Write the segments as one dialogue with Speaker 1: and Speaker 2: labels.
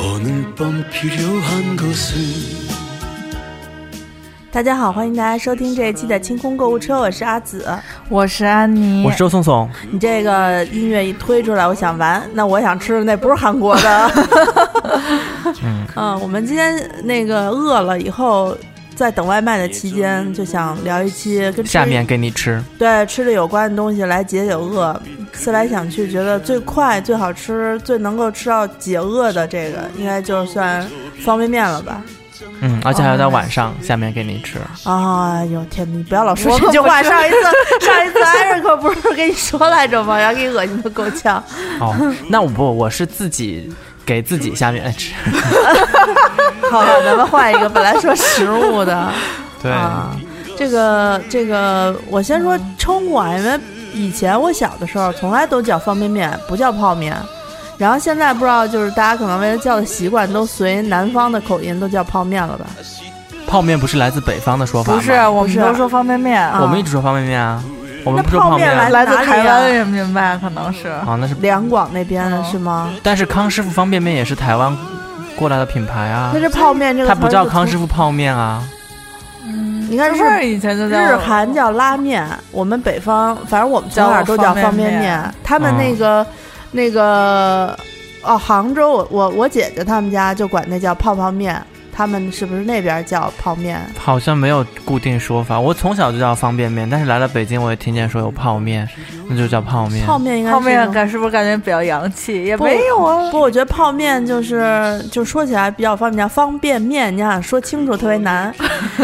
Speaker 1: 밤 필요한 것은
Speaker 2: 大家好，欢迎大家收听这一期的清空购物车，我是阿紫。
Speaker 3: 我是安妮，
Speaker 4: 我是周松松，
Speaker 2: 你这个音乐一推出来，我想完，那我想吃的那不是韩国的。
Speaker 4: 嗯
Speaker 2: 嗯，我们今天那个饿了以后，在等外卖的期间，就想聊一期跟吃
Speaker 4: 下面给你吃，
Speaker 2: 对吃的有关的东西来解解饿。思来想去，觉得最快、最好吃、最能够吃到解饿的这个，应该就算方便面了吧？
Speaker 4: 嗯，而且还要在晚上，下面给你吃，
Speaker 2: 啊、哎呦天哪！你不要老说
Speaker 3: 我
Speaker 2: 这句话。
Speaker 3: 不是
Speaker 2: 上一次， 上一次艾瑞克不是跟你说来着吗？然后给你恶心的够呛。
Speaker 4: 哦，那我不，我是自己给自己下面吃，
Speaker 2: 好吧，咱们换一个，本来说食物的
Speaker 4: 对
Speaker 2: 啊，这个这个，我先说称呼啊，因为以前我小的时候从来都叫方便面，不叫泡面。然后现在不知道，就是大家可能为了叫的习惯，都随南方的口音都叫泡面了吧？
Speaker 4: 泡面不是来自北方的说法吗？
Speaker 3: 不是，啊我
Speaker 2: 不
Speaker 3: 们
Speaker 2: 是
Speaker 3: 都说方便面啊，
Speaker 4: 我们一直说方便面啊，我们不说
Speaker 2: 那泡
Speaker 4: 泡面
Speaker 2: 面
Speaker 4: 啊
Speaker 3: 来自
Speaker 2: 哪里
Speaker 3: 台
Speaker 2: 啊
Speaker 3: 湾人民吧，可能是
Speaker 4: 啊，那是，
Speaker 2: 两广那边的是吗？
Speaker 4: 但是康师傅方便面也是台湾过来的品牌啊
Speaker 2: 但，是泡面这个
Speaker 4: 它不叫康师
Speaker 2: 傅，
Speaker 4: 傅泡面啊，
Speaker 2: 你看
Speaker 3: 是不
Speaker 2: 日
Speaker 3: 是以前就叫
Speaker 2: 日韩叫拉面，我们北方反正我们从哪儿都叫方便
Speaker 3: 哦叫方便
Speaker 2: 面
Speaker 3: 面。
Speaker 2: 他们
Speaker 4: 嗯
Speaker 2: 那个、那个哦，杭州我我我姐姐他们家就管那叫泡泡面，他们是不是那边叫泡面？
Speaker 4: 好像没有固定说法。我从小就叫方便面，但是来了北京我也听见说有泡面，那就叫泡面。
Speaker 2: 泡面应该是
Speaker 3: 泡面感是不是感觉比较洋气？也
Speaker 2: 不
Speaker 3: 没有啊，
Speaker 2: 不，我觉得泡面就是就说起来比较方便，叫方便面，你想说清楚特别 难，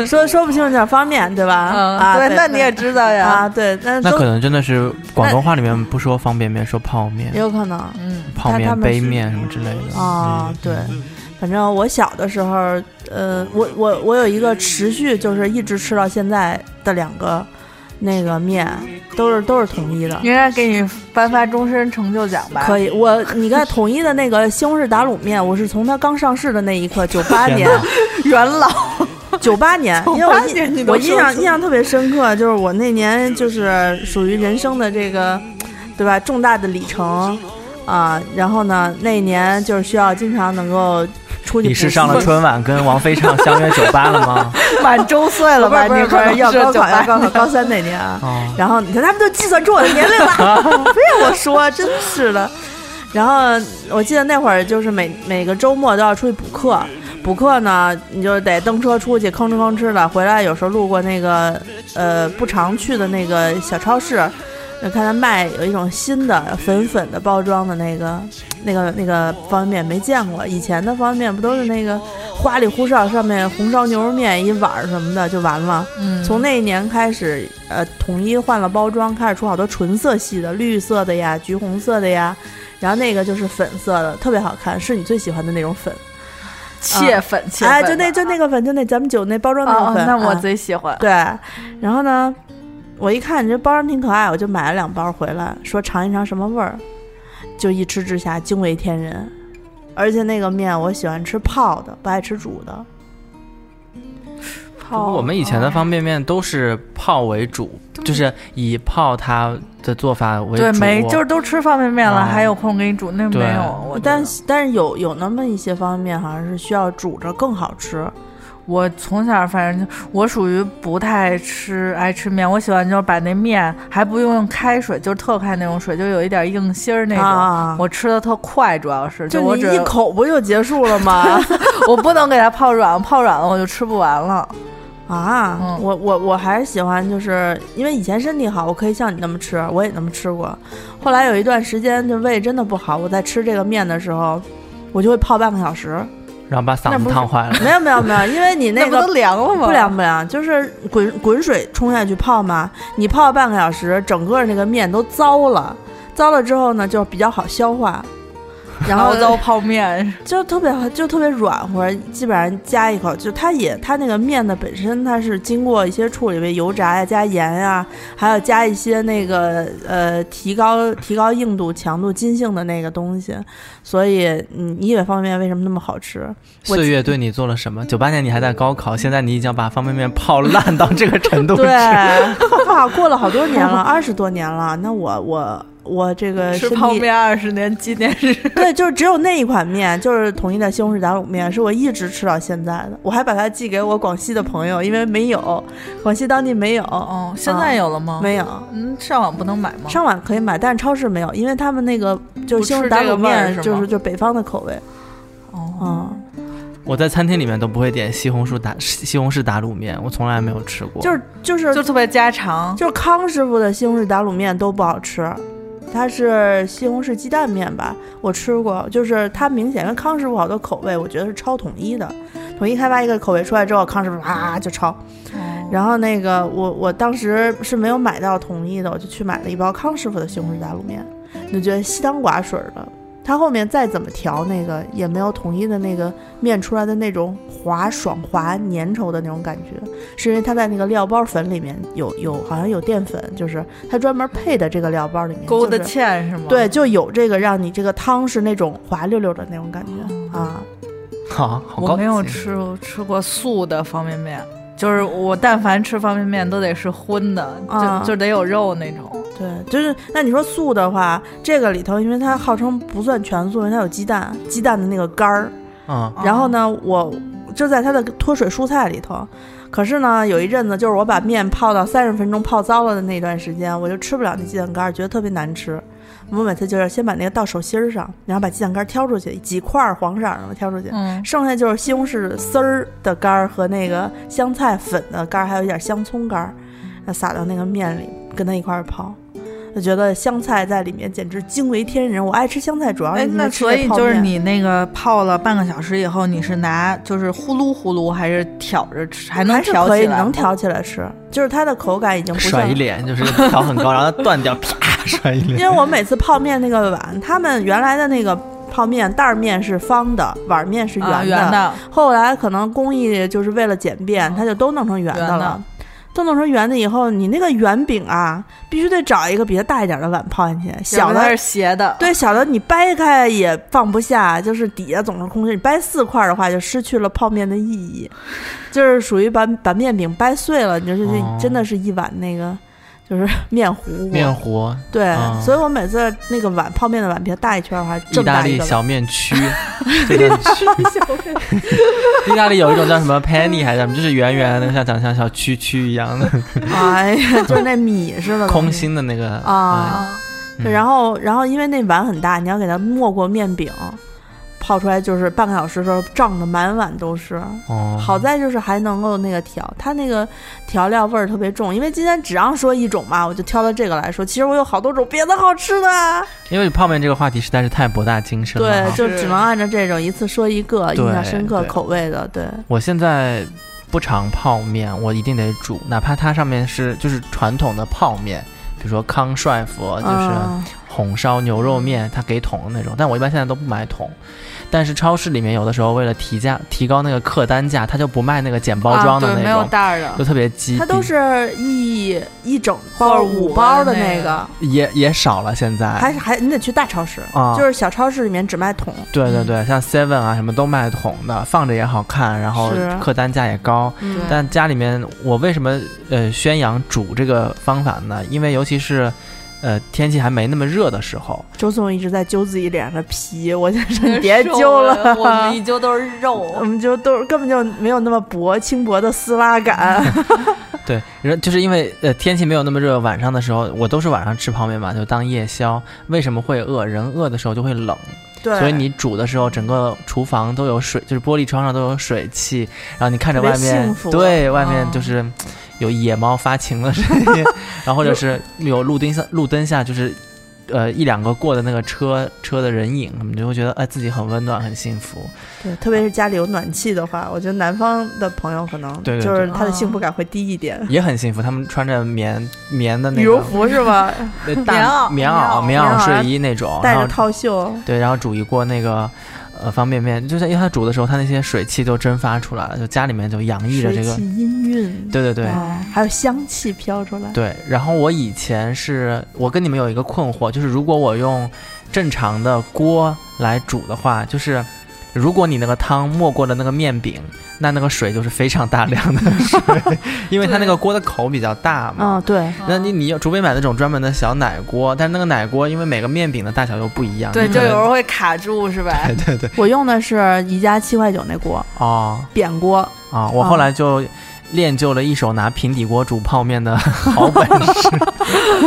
Speaker 2: 说说不清楚叫方便，对吧？啊，
Speaker 3: 嗯，对，那你也知道呀，
Speaker 2: 啊，对，但是
Speaker 4: 那
Speaker 2: 都
Speaker 4: 可能真的是广东话里面不说方便面，说泡面、
Speaker 2: 有可能。
Speaker 3: 嗯，
Speaker 4: 泡
Speaker 2: 但他
Speaker 4: 面、
Speaker 2: 们是
Speaker 4: 杯面什么之类的。
Speaker 3: 哦
Speaker 2: 啊
Speaker 4: 嗯，
Speaker 2: 对，反正我小的时候，呃，我我我有一个持续就是一直吃到现在的两个那个面，都是都是统一的。
Speaker 3: 应该给你颁发终身成就奖吧？
Speaker 2: 可以，我你看统一的那个西红柿打卤面，我是从它刚上市的那一刻，九八
Speaker 4: 天
Speaker 2: 年，
Speaker 4: 哪
Speaker 3: 元老，
Speaker 2: 九八年，因为我
Speaker 3: 98年你
Speaker 2: 印
Speaker 3: 都
Speaker 2: 我印
Speaker 3: 说
Speaker 2: 象
Speaker 3: 出
Speaker 2: 印象特别深刻，就是我那年就是属于人生的这个，对吧？重大的里程啊，然后呢，那年就是需要经常能够出去。
Speaker 4: 你是上了春晚跟王菲唱《相约酒吧》了 吗？
Speaker 3: 满周岁了
Speaker 2: 不
Speaker 3: 吧？
Speaker 2: 是不
Speaker 3: 你
Speaker 2: 是，可
Speaker 3: 可
Speaker 2: 能
Speaker 3: 能
Speaker 2: 要
Speaker 3: 是
Speaker 2: 高
Speaker 3: 九
Speaker 2: 考要
Speaker 3: 八
Speaker 2: 高考高三那年啊。
Speaker 4: 哦，
Speaker 2: 然后你看他们都计算出我的年龄了，非让我说，真是的。然后我记得那会儿就是每每个周末都要出去补课，补课呢你就得蹬车出去吭哧吭哧的，回来有时候路过那个呃不常去的那个小超市，呃看他卖有一种新的粉粉的包装的那个那个那个方便面没见过，以前的方便面不都是那个花里胡哨上面红烧牛肉面一碗儿什么的就完了。
Speaker 3: 嗯
Speaker 2: 从那一年开始，呃，统一换了包装，开始出好多纯色系的，绿色的呀，橘红色的呀，然后那个就是粉色的，特别好看，是你最喜欢的那种粉。
Speaker 3: 切粉切粉
Speaker 2: 哎，
Speaker 3: 的，
Speaker 2: 就那就那个粉，就那咱们酒那包装那
Speaker 3: 哦，
Speaker 2: 个粉。
Speaker 3: 那我
Speaker 2: 啊
Speaker 3: 最喜欢，
Speaker 2: 对，然后呢，我一看你这包装挺可爱，我就买了两包回来，说尝一尝什么味儿，就一吃之下惊为天人。而且那个面我喜欢吃泡的，不爱吃煮的。
Speaker 4: 不过我们以前的方便面都是泡为主，就是以泡它的做法为主。
Speaker 3: 对没就是都吃方便面了，
Speaker 4: 哦
Speaker 3: 还有空给你煮，那
Speaker 4: 对
Speaker 3: 没有，我觉得
Speaker 2: 但是但是有有那么一些方便面好像是需要煮着更好吃。
Speaker 3: 我从小反正就我属于不太吃爱吃面，我喜欢就是把那面还不用开水，就是特开那种水，就有一点硬芯儿那种。
Speaker 2: 啊
Speaker 3: 我吃的特快，主要是
Speaker 2: 就
Speaker 3: 我
Speaker 2: 你
Speaker 3: 只
Speaker 2: 一口不就结束了 吗？
Speaker 3: 我不能给它泡软，泡软了我就吃不完了。
Speaker 2: 啊，
Speaker 3: 嗯
Speaker 2: 我我我还是喜欢，就是因为以前身体好，我可以像你那么吃，我也那么吃过。后来有一段时间，就胃真的不好，我在吃这个面的时候，我就会泡半个小时。
Speaker 4: 然后把
Speaker 3: 那
Speaker 4: 嗓
Speaker 3: 不
Speaker 4: 子
Speaker 3: 是
Speaker 4: 烫坏了。
Speaker 2: 没有没有没有，因为你那
Speaker 3: 不
Speaker 2: 个
Speaker 3: 都凉了吗？
Speaker 2: 不凉不凉，就是滚滚水冲下去泡嘛，你泡半个小时，整个那个面都糟了，糟了之后呢，就比较好消化，然
Speaker 3: 然
Speaker 2: 后
Speaker 3: 后都 泡面，
Speaker 2: 就特别好，就特别软和，基本上夹一口，就它也它那个面的本身它是经过一些处理，比如油炸呀、加盐呀，还有加一些那个呃提高提高硬度、强度、筋性的那个东西，所以嗯，你以为方便面为什么那么好吃？我
Speaker 4: 岁月对你做了什么？九八年你还在高考，现在你已经把方便面泡烂到这个程 度。
Speaker 2: 对，好不好？过了好多年了，二十多年了，那我我我这个
Speaker 3: 吃
Speaker 2: 身体
Speaker 3: 泡面二十年纪念日，
Speaker 2: 对，就是只有那一款面，就是统一的西红柿打卤面，是我一直吃到现在的。我还把它寄给我广西的朋友，因为没有，广西当地没有，嗯
Speaker 3: 哦，现在有了
Speaker 2: 啊
Speaker 3: 吗？
Speaker 2: 没有。
Speaker 3: 嗯，上网不能买吗？
Speaker 2: 上网可以买，但是超市没有，因为他们那个就是西红柿打卤面，
Speaker 3: 不吃这个味儿是
Speaker 2: 就
Speaker 3: 吗
Speaker 2: 是就北方的口味
Speaker 3: 哦，
Speaker 2: 啊、嗯
Speaker 4: 我在餐厅里面都不会点西红柿打西西红柿打卤面，我从来没有吃过。
Speaker 2: 就是就是
Speaker 3: 就特别家常。
Speaker 2: 就是康师傅的西红柿打卤面都不好吃，它是西红柿鸡蛋面吧？我吃过，就是它明显跟康师傅好多口味，我觉得是超统一的。统一开发一个口味出来之后，康师傅啊就抄。
Speaker 3: 哦
Speaker 2: 然后那个我我当时是没有买到统一的，我就去买了一包康师傅的西红柿打卤面，就觉得稀汤寡水的。它后面再怎么调那个也没有统一的那个面出来的那种滑爽滑粘稠的那种感觉，是因为它在那个料包粉里面有有好像有淀粉，就是它专门配的这个料包里面、
Speaker 3: 勾的
Speaker 2: 就是
Speaker 3: 芡是吗？
Speaker 2: 对，就有这个让你这个汤是那种滑溜溜的那种感觉啊。
Speaker 4: 好，好高
Speaker 3: 我没有
Speaker 4: 级啊
Speaker 3: 吃吃过素的方便面，就是我但凡吃方便面都得是荤的，
Speaker 2: 啊
Speaker 3: 就就得有肉那种。
Speaker 2: 对，就是那你说素的话，这个里头因为它号称不算全素，因为它有鸡蛋，鸡蛋的那个干儿。
Speaker 4: 嗯，
Speaker 2: 然后呢，我就在它的脱水蔬菜里头。可是呢，有一阵子就是我把面泡到三十分钟泡糟了的那段时间，我就吃不了那鸡蛋干儿，觉得特别难吃。我每次就是先把那个到手心儿上，然后把鸡蛋干儿挑出去，几块儿黄色儿的挑出去，
Speaker 3: 嗯，
Speaker 2: 剩下就是西红柿丝儿的干儿和那个香菜粉的干儿，还有一点香葱干儿，那撒到那个面里，跟它一块儿泡。就觉得香菜在里面简直惊为天人。我爱吃香菜，主要是
Speaker 3: 哎，
Speaker 2: 因为
Speaker 3: 那
Speaker 2: 吃这
Speaker 3: 所以
Speaker 2: 泡
Speaker 3: 就是
Speaker 2: 面
Speaker 3: 你那个泡了半个小时以后，你是拿就是呼噜呼噜还是挑着吃，还能
Speaker 2: 还是
Speaker 3: 挑
Speaker 2: 可
Speaker 3: 起
Speaker 2: 以
Speaker 3: 来？
Speaker 2: 能。挑起来吃，就是它的口感已经不
Speaker 4: 甩
Speaker 2: 像
Speaker 4: 一。脸就是调很高，然后断掉，啪甩一
Speaker 2: 因
Speaker 4: 脸。
Speaker 2: 为我每次泡面那个碗，他们原来的那个泡面袋儿面是方的，碗面是
Speaker 3: 啊，
Speaker 2: 圆
Speaker 3: 圆的，
Speaker 2: 后来可能工艺就是为了简便，它就都弄成圆的
Speaker 3: 圆
Speaker 2: 了
Speaker 3: 的。
Speaker 2: 都弄成圆的以后，你那个圆饼啊，必须得找一个比它大一点的碗泡进去，小
Speaker 3: 要不它
Speaker 2: 的
Speaker 3: 是。斜的，
Speaker 2: 对小的你掰开也放不下，就是底下总是空心。你掰四块的话，就失去了泡面的意义，就是属于把把面饼掰碎了，你就是
Speaker 4: 哦
Speaker 2: 真的是一碗那个就是面糊。
Speaker 4: 面糊，
Speaker 2: 对，
Speaker 4: 嗯
Speaker 2: 所以我每次那个碗泡面的碗比它大一圈的话，
Speaker 4: 意
Speaker 2: 这么
Speaker 4: 大
Speaker 2: 大一
Speaker 4: 利
Speaker 2: 个碗。
Speaker 4: 小面 区，真的区。 意大利有一种叫什么 penny 还是什么，就是圆圆的那个像长得像小蛐蛐一样的
Speaker 2: 哎呀，就是那米似 的
Speaker 4: 空心的那个
Speaker 2: 啊。
Speaker 4: 嗯
Speaker 2: 对然后，然后因为那碗很大，你要给它没过面饼，泡出来就是半个小时的时候胀的满碗都是。
Speaker 4: 哦，
Speaker 2: 好在就是还能够那个调，它那个调料味儿特别重，因为今天只让说一种嘛，我就挑到这个来说。其实我有好多种别的好吃的啊，
Speaker 4: 因为泡面这个话题实在是太博大精深了
Speaker 2: 对，
Speaker 4: 哈。
Speaker 2: 就只能按照这种一次说一个
Speaker 4: 对
Speaker 2: 印象深刻
Speaker 4: 对
Speaker 2: 口味的，对，
Speaker 4: 我现在不常泡面，我一定得煮，哪怕它上面是就是传统的泡面，比如说康帅傅，啊就是
Speaker 2: 嗯
Speaker 4: 红烧牛肉面，它给桶的那种，但我一般现在都不买桶。但是超市里面有的时候为了提价提高那个客单价，它就不卖那个简包装
Speaker 3: 啊、
Speaker 4: 的
Speaker 3: 对，
Speaker 4: 那
Speaker 3: 没
Speaker 4: 种，
Speaker 3: 有袋儿的
Speaker 4: 就，特别鸡。
Speaker 2: 它都是一一整
Speaker 3: 或
Speaker 2: 包
Speaker 3: 者
Speaker 2: 五
Speaker 3: 五
Speaker 2: 包
Speaker 3: 的
Speaker 2: 的
Speaker 3: 那
Speaker 2: 那个，
Speaker 4: 也也少了，现在
Speaker 2: 还是还你得去大超市，
Speaker 4: 哎啊
Speaker 2: 就是嗯小超市里面只卖桶。
Speaker 4: 对对对，像 Seven 啊什么都卖桶的，放着也好看，然后
Speaker 2: 是
Speaker 4: 客单价也高。
Speaker 2: 嗯
Speaker 3: 对
Speaker 4: 但家里面我为什么呃宣扬煮这个方法呢？因为尤其是呃天气还没那么热的时候，
Speaker 2: 周总一直在揪自己脸上的皮，我就说你别揪了，嗯
Speaker 3: 我们一揪都是 肉。
Speaker 2: 我们就都根本就没有那么薄轻薄的撕拉感。
Speaker 4: 对，人就是因为呃天气没有那么热，晚上的时候我都是晚上吃泡面嘛，就当夜宵。为什么会饿？人饿的时候就会冷，
Speaker 2: 对，
Speaker 4: 所以你煮的时候，整个厨房都有水，就是玻璃窗上都有水汽，然后你看着
Speaker 2: 特别
Speaker 4: 外面
Speaker 2: 幸，福嗯
Speaker 4: 对外面
Speaker 3: 哦
Speaker 4: 就是有野猫发情的声音，然后或者是有路灯下路灯下就是。呃，一两个过的那个车车的人影，你就会觉得哎，自己很温暖，很幸福。
Speaker 2: 对，特别是家里有暖气的话，我觉得南方的朋友可能
Speaker 4: 对对
Speaker 2: 就是他的
Speaker 3: 对
Speaker 2: 幸福感会低一点。
Speaker 4: 也很幸福。他们穿着棉棉的那
Speaker 2: 羽绒
Speaker 4: 个
Speaker 2: 服是 吧？
Speaker 4: 呃大
Speaker 3: 棉
Speaker 4: 棉
Speaker 3: 袄
Speaker 4: 袄、
Speaker 2: 棉
Speaker 4: 棉
Speaker 2: 袄
Speaker 4: 袄睡衣那种，
Speaker 2: 带
Speaker 4: 哦
Speaker 2: 着
Speaker 4: 然后
Speaker 2: 套袖，
Speaker 4: 对，然后煮一锅那个呃方便面，就是因为它煮的时候，它那些水汽都蒸发出来了，就家里面就洋溢着
Speaker 2: 水
Speaker 4: 这个
Speaker 2: 汽，氤氲，
Speaker 4: 对对对，
Speaker 3: 哦嗯
Speaker 2: 啊还有香气飘出来。
Speaker 4: 对，然后我以前是我跟你们有一个困惑，就是如果我用正常的锅来煮的话，就是如果你那个汤没过了那个面饼，那那个水就是非常大量的水， 因为它那个锅的口比较大嘛。
Speaker 3: 哦
Speaker 2: 嗯，对，
Speaker 4: 那你你要除非买那种专门的小奶锅，但是那个奶锅因为每个面饼的大小又不一样，
Speaker 3: 对，
Speaker 4: 你
Speaker 3: 就
Speaker 4: 可
Speaker 3: 有
Speaker 4: 能
Speaker 3: 时候会卡住，是吧？
Speaker 4: 对对对，
Speaker 2: 我用的是宜家七块九那锅，
Speaker 4: 哦
Speaker 2: 扁锅，
Speaker 4: 啊、我后来就练就了一手拿平底锅煮泡面的好本事。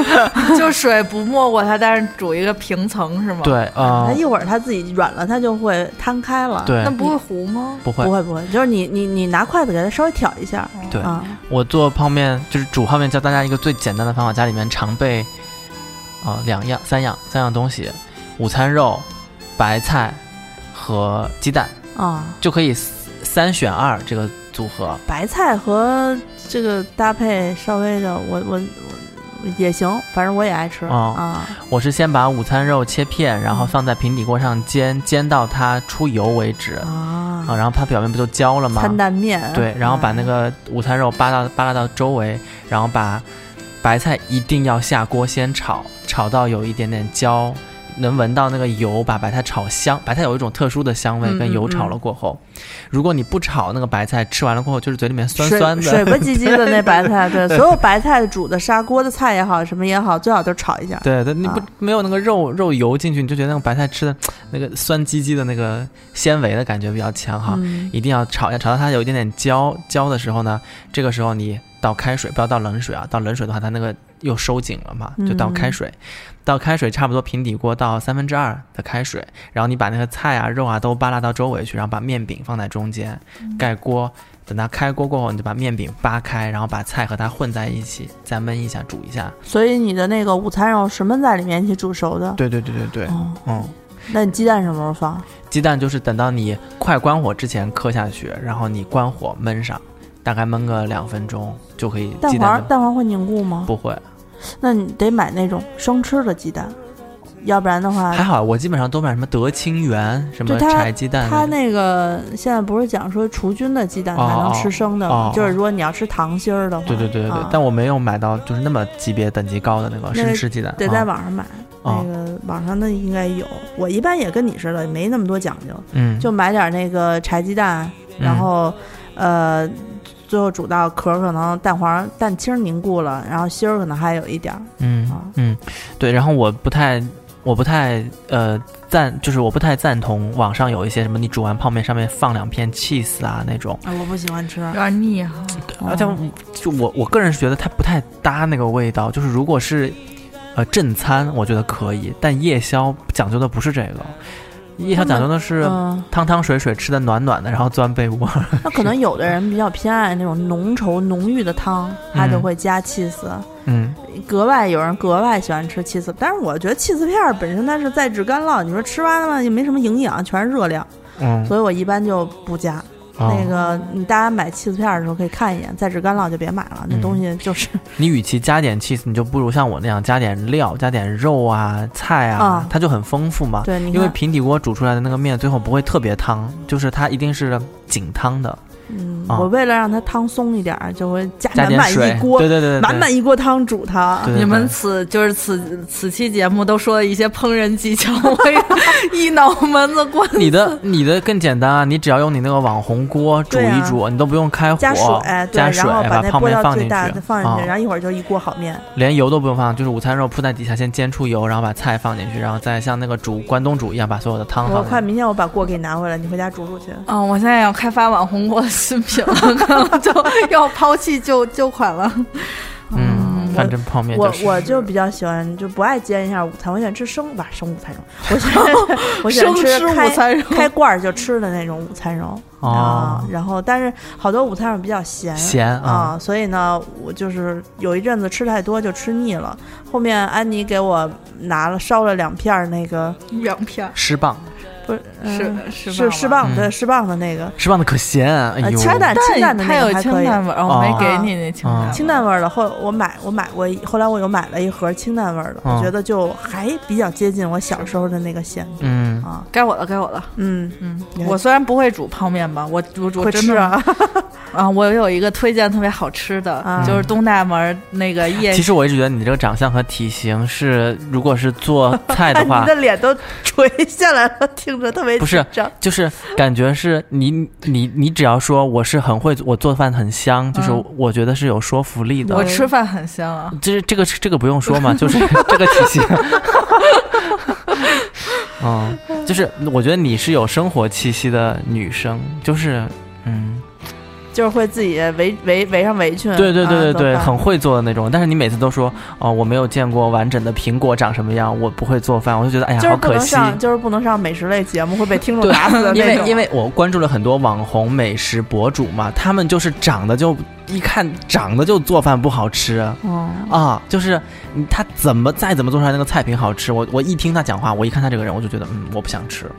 Speaker 3: 就水不没过它，但是煮一个平层是吗？，
Speaker 4: 对，
Speaker 2: 它
Speaker 4: 呃，
Speaker 2: 一会儿它自己软了，它就会摊开了。，
Speaker 4: 对
Speaker 3: 那，不会糊吗？
Speaker 4: 不会
Speaker 2: 不，会不会，就是你你你拿筷子给它稍微挑一下
Speaker 4: 对
Speaker 2: 啊，
Speaker 4: 我做泡面就是煮泡面，教大家一个最简单的方法，家里面常备啊、呃两样、三样、三样东西：午餐肉、白菜和鸡蛋，
Speaker 2: 啊，
Speaker 4: 就可以三三选二这个组合。
Speaker 2: 白菜和这个搭配稍微的，我我我也行，反正我也爱吃
Speaker 4: 哦
Speaker 2: 啊。
Speaker 4: 我是先把午餐肉切片，然后放在平底锅上煎，煎到它出油为止啊，
Speaker 2: 啊，
Speaker 4: 然后它表面不就焦了吗？
Speaker 2: 餐蛋面
Speaker 3: 嗯
Speaker 4: 对，然后把那个午餐肉扒到扒拉到周围，然后把白菜一定要下锅先炒，炒到有一点点焦，能闻到那个油，把白菜炒香。白菜有一种特殊的香味，跟
Speaker 3: 嗯嗯
Speaker 4: 油炒
Speaker 3: 嗯
Speaker 4: 了过后，如果你不炒那个白菜，吃完了过后就是嘴里面酸
Speaker 2: 水
Speaker 4: 酸
Speaker 2: 嗯水
Speaker 4: 的。
Speaker 2: 不唧唧的那白菜， 对，所有白菜煮的砂锅的菜也好，什么也好，最好都炒一下。
Speaker 4: 对对，你不、
Speaker 2: 啊
Speaker 4: 没有那个肉肉油进去，你就觉得那个白菜吃的那个酸唧唧的那个纤维的感觉比较强哈。
Speaker 2: 嗯
Speaker 4: 一定要炒一下，炒到它有一点点焦焦的时候呢，这个时候你倒开水，不要倒冷水啊，倒冷水的话它那个又收紧了嘛，就倒开水，倒开水差不多平底锅倒三分之二的开水，然后你把那个菜啊肉啊都扒拉到周围去，然后把面饼放在中间，盖锅。等它开锅过后，你就把面饼扒开，然后把菜和它混在一起，再焖一下，煮一下。
Speaker 2: 所以你的那个午餐肉是焖在里面一起煮熟的。
Speaker 4: 对对对对对，
Speaker 2: 哦，
Speaker 4: 嗯，
Speaker 2: 那你鸡蛋什么时候放？
Speaker 4: 鸡蛋就是等到你快关火之前磕下去，然后你关火焖上，大概焖个两分钟就可以。
Speaker 2: 蛋
Speaker 4: 鸡蛋
Speaker 2: 黄
Speaker 4: 就
Speaker 2: 蛋黄会凝固吗？
Speaker 4: 不会，
Speaker 2: 那你得买那种生吃的鸡蛋，要不然的话
Speaker 4: 还，好我基本上都买什么德清源、什么
Speaker 2: 就它
Speaker 4: 柴鸡蛋
Speaker 2: 它
Speaker 4: 种
Speaker 2: 那个现在不是讲说除菌的鸡蛋才
Speaker 4: 哦
Speaker 2: 能
Speaker 4: 哦
Speaker 2: 吃生的
Speaker 4: 哦
Speaker 2: 吗
Speaker 4: 哦？
Speaker 2: 就是如果你要吃糖心儿的话，
Speaker 4: 对对对对对，
Speaker 2: 啊
Speaker 4: 但我没有买到就是那么级别等级高的那个
Speaker 2: 那
Speaker 4: 生
Speaker 2: 个
Speaker 4: 吃鸡蛋，
Speaker 2: 得
Speaker 4: 啊
Speaker 2: 在网上买。
Speaker 4: 哦
Speaker 2: 那个网上的应该有，我一般也跟你似的，没那么多讲究，
Speaker 4: 嗯，
Speaker 2: 就买点那个柴鸡蛋，然
Speaker 4: 嗯
Speaker 2: 后，呃，最后煮到壳儿可能蛋黄蛋清儿凝固了，然后芯儿可能还有一点儿。
Speaker 4: 嗯
Speaker 2: 啊
Speaker 4: 嗯，对，然后我不太我不太呃赞，就是我不太赞同网上有一些什么你煮完泡面上面放两片 cheese 啊那种。
Speaker 2: 啊，我不喜欢吃。
Speaker 3: 有点腻啊哈。
Speaker 4: 而且
Speaker 2: 哦
Speaker 4: 我就我我个人是觉得它不太搭那个味道，就是如果是呃正餐，我觉得可以，但夜宵讲究的不是这个，夜宵讲究的是
Speaker 2: 嗯，
Speaker 4: 汤汤水水吃的暖暖的，然后钻被窝。
Speaker 2: 那可能有的人比较偏爱那种浓稠浓郁的汤，他就
Speaker 4: 嗯
Speaker 2: 会加 cheese。
Speaker 4: 嗯，
Speaker 2: 格外有人格外喜欢吃 cheese，但是我觉得 cheese 片儿本身它是再制干酪，你说吃完了嘛也没什么营养，全是热量，
Speaker 4: 嗯，
Speaker 2: 所以我一般就不加。
Speaker 4: 哦
Speaker 2: 那个你大家买 cheese 片儿的时候可以看一眼，再制干酪就别买了，那
Speaker 4: 嗯
Speaker 2: 东西 就是
Speaker 4: 你与其加点 cheese，你就不如像我那样加点料、加点肉啊、菜啊，
Speaker 2: 啊
Speaker 4: 它就很丰富嘛。
Speaker 2: 对，你
Speaker 4: 因为
Speaker 2: 看，
Speaker 4: 平底锅煮出来的那个面最后不会特别汤，就是它一定是紧汤的，
Speaker 2: 嗯，
Speaker 4: 啊
Speaker 2: 我为了让它汤松一点儿，就会加
Speaker 4: 加
Speaker 2: 满
Speaker 4: 点
Speaker 2: 满
Speaker 4: 水，
Speaker 2: 一锅
Speaker 4: 对，对对对，
Speaker 2: 满满一锅汤煮它。
Speaker 4: 对对对
Speaker 3: 你们此就是此此期节目都说了一些烹饪技巧，我一一脑门子灌。
Speaker 4: 你的你的更简单啊，你只要用你那个网红锅煮
Speaker 2: 对啊
Speaker 4: 一煮，你都不用开火，
Speaker 2: 加水，哎对，
Speaker 4: 加水哎
Speaker 2: 然后把那
Speaker 4: 泡
Speaker 2: 锅
Speaker 4: 面
Speaker 2: 到
Speaker 4: 放
Speaker 2: 最
Speaker 4: 进去，
Speaker 2: 大的放进去，
Speaker 4: 啊
Speaker 2: 然后一会儿就一锅好面。
Speaker 4: 连油都不用放，就是午餐肉铺在底下，先煎出油，然后把菜放进去，然后再像那个煮关东煮一样把所有的汤
Speaker 2: 我
Speaker 4: 放进
Speaker 2: 快，
Speaker 4: 去。
Speaker 2: 明天我把锅给你拿回来，你回家煮煮去。
Speaker 3: 嗯、我现在要开发网红锅的新品了， 可能就要抛弃旧旧款了。
Speaker 4: 嗯，反正泡面
Speaker 2: 我
Speaker 4: 就是
Speaker 2: 我就比较喜欢，就不爱煎一下午餐，我喜欢吃生吧生午餐肉，我喜欢我喜欢
Speaker 3: 生吃
Speaker 2: 开
Speaker 3: 午餐肉
Speaker 2: 开罐儿就吃的那种午餐肉
Speaker 4: 哦
Speaker 2: 啊。然后，但是好多午餐肉比较咸
Speaker 4: 咸啊
Speaker 2: 啊，所以呢，我就是有一阵子吃太多就吃腻了。后面安妮给我拿了烧了两片儿那个
Speaker 3: 两片儿
Speaker 4: 十磅，
Speaker 2: 不是
Speaker 3: 是
Speaker 2: 嗯
Speaker 3: 呃是
Speaker 2: 是
Speaker 3: 是
Speaker 2: 是棒
Speaker 4: 嗯
Speaker 2: 对是棒的那个
Speaker 4: 十磅的可咸，哎
Speaker 2: 呃
Speaker 4: 呦，
Speaker 2: 清淡清淡
Speaker 3: 但
Speaker 2: 的
Speaker 3: 它
Speaker 2: 那
Speaker 3: 有
Speaker 2: 个还
Speaker 3: 清
Speaker 2: 可以。
Speaker 3: 淡味儿，
Speaker 4: 哦
Speaker 3: 我没给你那清
Speaker 4: 啊
Speaker 3: 淡味儿
Speaker 2: 清淡味儿的，后我买我买过一，后来我有买了一盒清淡味儿的，
Speaker 4: 嗯
Speaker 2: 我觉得就还比较接近我小时候的那个咸度
Speaker 4: 嗯，
Speaker 2: 啊，
Speaker 3: 该我了，该我了。
Speaker 2: 嗯，
Speaker 3: 嗯
Speaker 2: 你，还
Speaker 3: 我虽然不会煮泡面吧，我我我
Speaker 2: 会
Speaker 3: 真
Speaker 2: 吃
Speaker 3: 的
Speaker 2: 啊，
Speaker 3: 啊、 嗯啊，我有一个推荐特别好吃的，
Speaker 2: 啊
Speaker 3: 就是东大门那个夜
Speaker 4: 其实我一直觉得你这个长相和体型是，如果是做菜的话
Speaker 2: 你，的脸都垂下来了，听着特别
Speaker 4: 不是
Speaker 2: 紧张
Speaker 4: 就是感觉是你你你只要说我是很会，我做饭很香，就是
Speaker 3: 嗯
Speaker 4: 我觉得是有说服力的。
Speaker 3: 我吃饭很香啊，
Speaker 4: 这这个这个不用 说嘛，就是这个体型。 嗯，就是我觉得你是有生活气息的女生，就是嗯，
Speaker 2: 就是会自己围围围上围裙。
Speaker 4: 对对
Speaker 2: 啊
Speaker 4: 对对
Speaker 2: 做
Speaker 4: 对，
Speaker 2: 饭
Speaker 4: 很会做的那种。但是你每次都说哦，我没有见过完整的苹果长什么样，我不会做饭，我就觉得哎呀，
Speaker 2: 就是
Speaker 4: 好
Speaker 2: 不
Speaker 4: 可
Speaker 2: 能
Speaker 4: 惜。
Speaker 2: 上，就是不能上美食类节目，会被听众
Speaker 4: 对
Speaker 2: 打死的
Speaker 4: 因
Speaker 2: 啊那
Speaker 4: 为
Speaker 2: 种。
Speaker 4: 因为我关注了很多网红美食博主嘛，他们就是长得就一看长得就做饭不好吃
Speaker 3: 哦
Speaker 2: 嗯，
Speaker 4: 啊，就是嗯他怎么再怎么做出来那个菜品好吃，我我一听他讲话，我一看他这个人，我就觉得嗯，我不想吃。
Speaker 3: 嗯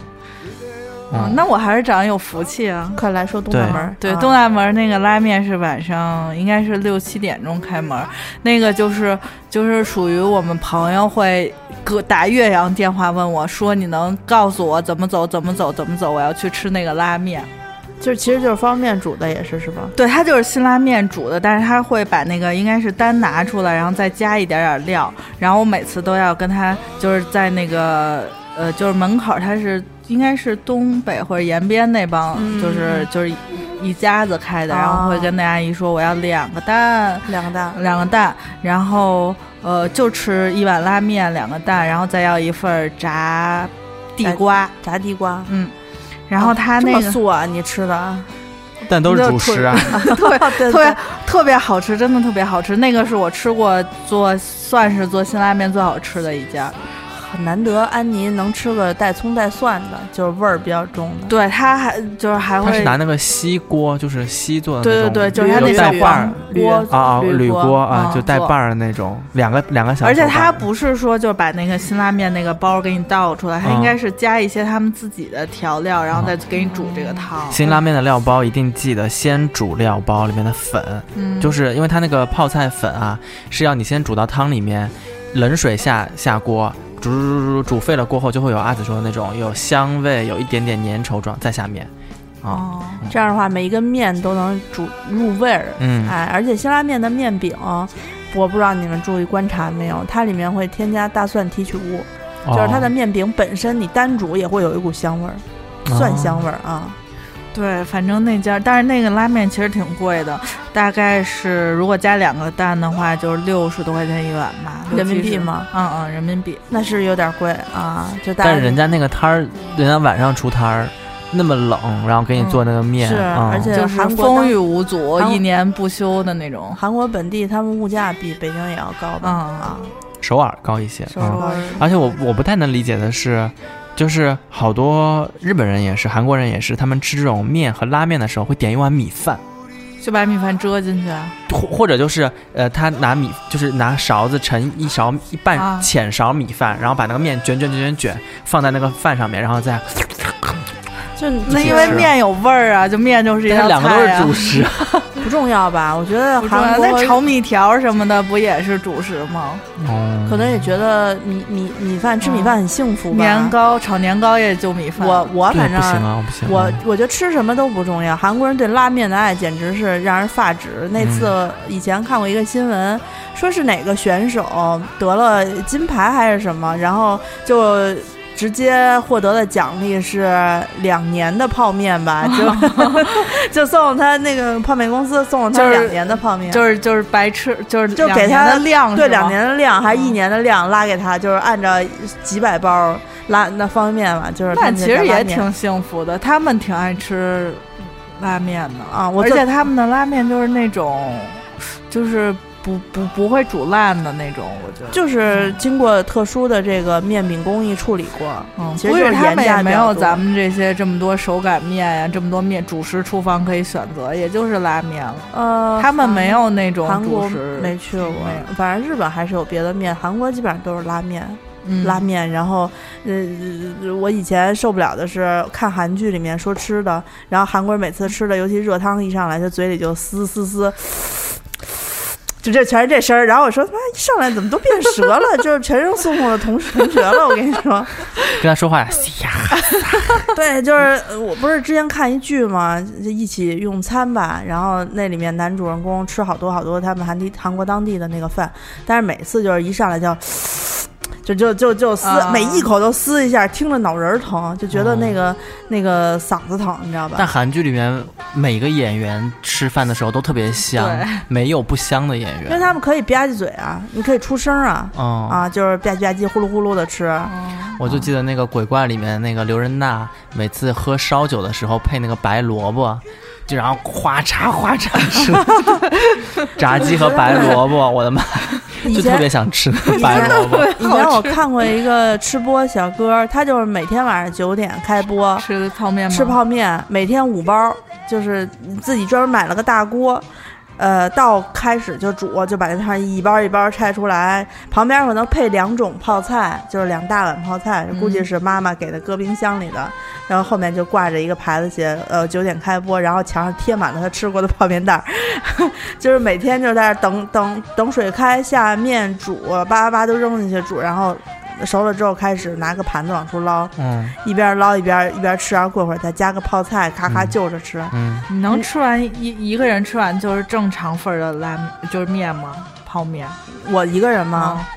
Speaker 4: 嗯，
Speaker 3: 那我还是长得有福气啊。
Speaker 2: 快来说东大
Speaker 4: 对
Speaker 2: 门儿，
Speaker 3: 对，
Speaker 2: 啊
Speaker 3: 东大门那个拉面是晚上应该是六七点钟开门，那个就是就是属于我们朋友会各打岳阳电话问我说你能告诉我怎么走怎么走怎么走，我要去吃那个拉面。
Speaker 2: 就其实就是方便煮的也是是吧？
Speaker 3: 对，它就是辛拉面煮的，但是它会把那个应该是单拿出来，然后再加一点点料，然后我每次都要跟他就是在那个呃就是门口，他是应该是东北或者延边那帮，
Speaker 2: 嗯
Speaker 3: 就是就是一一家子开的，然后会
Speaker 2: 哦
Speaker 3: 跟那阿姨说我要两个蛋，
Speaker 2: 两个蛋，
Speaker 3: 两个蛋，然后呃就吃一碗拉面，两个蛋，然后再要一份儿炸地
Speaker 2: 炸
Speaker 3: 瓜，
Speaker 2: 炸地瓜，
Speaker 3: 嗯，然后他
Speaker 2: 这
Speaker 3: 那个
Speaker 2: 么素啊，你吃的 啊，
Speaker 4: 但都是主食啊，
Speaker 3: 特别
Speaker 2: 对
Speaker 3: 特别特别好吃，真的特别好吃。那个是我吃过做算是做辛拉面最好吃的一家。
Speaker 2: 很难得，安妮能吃个带葱带蒜的，就是味儿比较重的。
Speaker 3: 对，它还就是还
Speaker 4: 他
Speaker 3: 会
Speaker 4: 是拿那个锡锅，就是锡做的那
Speaker 2: 对
Speaker 4: 种，
Speaker 2: 对对，就是它
Speaker 4: 有
Speaker 2: 那
Speaker 4: 带
Speaker 2: 种
Speaker 4: 把儿
Speaker 2: 铝锅
Speaker 4: 啊啊铝锅啊
Speaker 3: 嗯，
Speaker 4: 就带
Speaker 3: 做
Speaker 4: 把儿的那种，两个两个小手把儿，
Speaker 3: 而且它不是说就把那个辛拉面那个包给你倒出来，它应
Speaker 4: 嗯
Speaker 3: 该是加一些他们自己的调料，然后再给你煮这个
Speaker 2: 啊
Speaker 3: 汤。
Speaker 4: 辛拉面的料包一定记得先煮料包里面的粉，
Speaker 3: 嗯，
Speaker 4: 就是因为它那个泡菜粉啊，是要你先煮到汤里面，冷水下下锅，煮煮煮煮煮沸了过后，就会有阿紫说的那种有香味，有一点点粘稠状在下面，
Speaker 2: 嗯
Speaker 4: 啊、
Speaker 3: 哦，
Speaker 2: 这样的话，每一个面都能煮入味儿。
Speaker 4: 嗯，
Speaker 2: 哎，而且辛拉面的面饼，我不知道你们注意观察没有，它里面会添加大蒜提取物，
Speaker 4: 嗯
Speaker 2: 就是它的面饼本身你单煮也会有一股香味儿，
Speaker 4: 哦
Speaker 2: 蒜香味儿啊。
Speaker 3: 对，反正那家，但是那个拉面其实挺贵的，大概是如果加两个蛋的话，就是六十多块钱一碗吧，
Speaker 2: 人民币
Speaker 3: 60
Speaker 2: 吗？
Speaker 3: 嗯嗯，人民币。
Speaker 2: 那是有点贵啊，就大家
Speaker 4: 但是人家那个摊儿，人家晚上出摊儿，那么冷，然后给你做那个面，
Speaker 2: 是
Speaker 4: 嗯
Speaker 2: 而且对
Speaker 3: 就是
Speaker 2: 韩国
Speaker 3: 风
Speaker 2: 当
Speaker 3: 雨无阻，
Speaker 2: 韩
Speaker 3: 一年不休的那种。
Speaker 2: 韩国本地他们物价比北京也要高的
Speaker 3: 嗯
Speaker 2: 啊，
Speaker 4: 首尔高一些，
Speaker 2: 是
Speaker 4: 嗯
Speaker 2: 吧？
Speaker 4: 而且我我不太能理解的是，就是好多日本人也是，韩国人也是，他们吃这种面和拉面的时候会点一碗米饭，
Speaker 3: 就把米饭遮进去啊，
Speaker 4: 或或者就是呃，他拿米就是拿勺子盛一勺一
Speaker 3: 啊
Speaker 4: 半浅勺米饭，然后把那个面卷卷卷卷卷放在那个饭上面，然后再
Speaker 2: 就
Speaker 3: 那
Speaker 4: 起
Speaker 3: 因为
Speaker 4: 吃
Speaker 3: 面有味儿啊，就面就是一
Speaker 4: 但是
Speaker 3: 道
Speaker 4: 两个都
Speaker 3: 菜
Speaker 4: 是
Speaker 3: 啊
Speaker 4: 主。食，
Speaker 2: 不重要吧？我觉得
Speaker 3: 不重
Speaker 2: 韩
Speaker 3: 要那
Speaker 2: 国
Speaker 3: 炒米条什么的不也是主食吗？
Speaker 4: 哦
Speaker 2: 可能也觉得米米米饭吃米饭很幸福吧。
Speaker 3: 年哦糕炒年糕也就米饭。
Speaker 2: 我我
Speaker 4: 对
Speaker 2: 反
Speaker 4: 不行
Speaker 2: 正。
Speaker 4: 啊，我不行，
Speaker 2: 我我觉得吃什么都不重要，韩国人对拉面的爱简直是让人发指。
Speaker 4: 嗯
Speaker 2: 那次以前看过一个新闻，说是哪个选手得了金牌还是什么，然后就直接获得的奖励是两年的泡面吧， 就就送他那个泡面公司送了
Speaker 3: 就
Speaker 2: 他
Speaker 3: 是
Speaker 2: 两年的泡面，
Speaker 3: 就是就是白吃，就是
Speaker 2: 就
Speaker 3: 两
Speaker 2: 给
Speaker 3: 年
Speaker 2: 他
Speaker 3: 的量哦是
Speaker 2: 对
Speaker 3: 吗嗯
Speaker 2: 两年的量还是一年的量拉给他，就是按照几百包拉那方便面嘛，就是他
Speaker 3: 那
Speaker 2: 们
Speaker 3: 其
Speaker 2: 就叫
Speaker 3: 实
Speaker 2: 拉
Speaker 3: 也
Speaker 2: 面
Speaker 3: 挺幸福的，他们挺爱吃拉面的
Speaker 2: 啊我
Speaker 3: 而
Speaker 2: 特
Speaker 3: 且他们的拉面就是那种，就是不不不会煮烂的那种，我觉得。
Speaker 2: 就是经过特殊的这个面饼工艺处理过，
Speaker 3: 嗯，
Speaker 2: 其实
Speaker 3: 估
Speaker 2: 就
Speaker 3: 计
Speaker 2: 是
Speaker 3: 他
Speaker 2: 盐
Speaker 3: 们也
Speaker 2: 价
Speaker 3: 没
Speaker 2: 比较
Speaker 3: 有
Speaker 2: 多
Speaker 3: 咱们这些这么多手擀面呀、这么多面主食厨房可以选择，也就是拉面了。
Speaker 2: 呃，
Speaker 3: 他们没有那种
Speaker 2: 韩
Speaker 3: 主
Speaker 2: 国
Speaker 3: 食，
Speaker 2: 没去过
Speaker 3: 没有，
Speaker 2: 反正日本还是有别的面，韩国基本上都是拉面，
Speaker 3: 嗯
Speaker 2: 拉面。然后，呃，我以前受不了的是看韩剧里面说吃的，然后韩国人每次吃的，尤其热汤一上来，就嘴里就撕撕撕。 就这全是这声儿。然后我说，妈，一上来怎么都变折了？ 就是全是孙悟空的同同学了。我跟你说，
Speaker 4: 跟他说话呀，嘶 呀，
Speaker 2: 对，就是呃我不是之前看一剧嘛，就一起用餐吧，然后那里面男主人公吃好多好多他们韩地韩国当地的那个饭，但是每次就是一上来就就就就就撕、
Speaker 3: 啊
Speaker 2: 每一口都撕一下，听着脑仁儿疼，就觉得
Speaker 4: 哦
Speaker 2: 那个、那个嗓子疼，你知道吧？
Speaker 4: 但韩剧里面每个演员吃饭的时候都特别香
Speaker 3: 对，
Speaker 4: 没有不香的演
Speaker 2: 因为
Speaker 4: 员。
Speaker 2: 他们可以吧唧嘴啊，你可以出声啊。
Speaker 4: 嗯，
Speaker 2: 啊，就是吧唧吧唧、呼噜呼噜的吃，
Speaker 4: 哦我就记得那个鬼怪里面那个刘仁娜，每次喝烧酒的时候配那个白萝卜，就然后哗嚓哗嚓吃， 炸鸡和白萝卜，我的妈，
Speaker 2: 以
Speaker 4: 就特
Speaker 2: 前
Speaker 4: 别想吃那个白萝卜。
Speaker 2: 以前我看过一个吃播小哥，他就是每天晚上九点开 播，
Speaker 3: 嗯吃的泡面吗？
Speaker 2: 吃泡面，每天五包，就是自己专门买了个大锅。呃，到开始就煮，就把那汤一包一包拆出来，旁边可能配两种泡菜，就是两大碗泡菜，估
Speaker 3: 嗯
Speaker 2: 计是妈妈给的，搁冰箱里的。然后后面就挂着一个牌子写，呃，九点开播，然后墙上贴满了他吃过的泡面袋儿， 就是每天就在那儿等等等水开，下面煮，叭叭叭都扔进去煮，然后熟了之后开始拿个盘子往出捞，
Speaker 4: 嗯
Speaker 2: 一边捞一边一边吃，然后过会儿再加个泡菜，咔咔就着吃。
Speaker 4: 嗯，
Speaker 3: 你能吃完一一个人吃完就是正常份儿的拉面，就是面吗？泡面
Speaker 2: 我一个人吗？
Speaker 3: 啊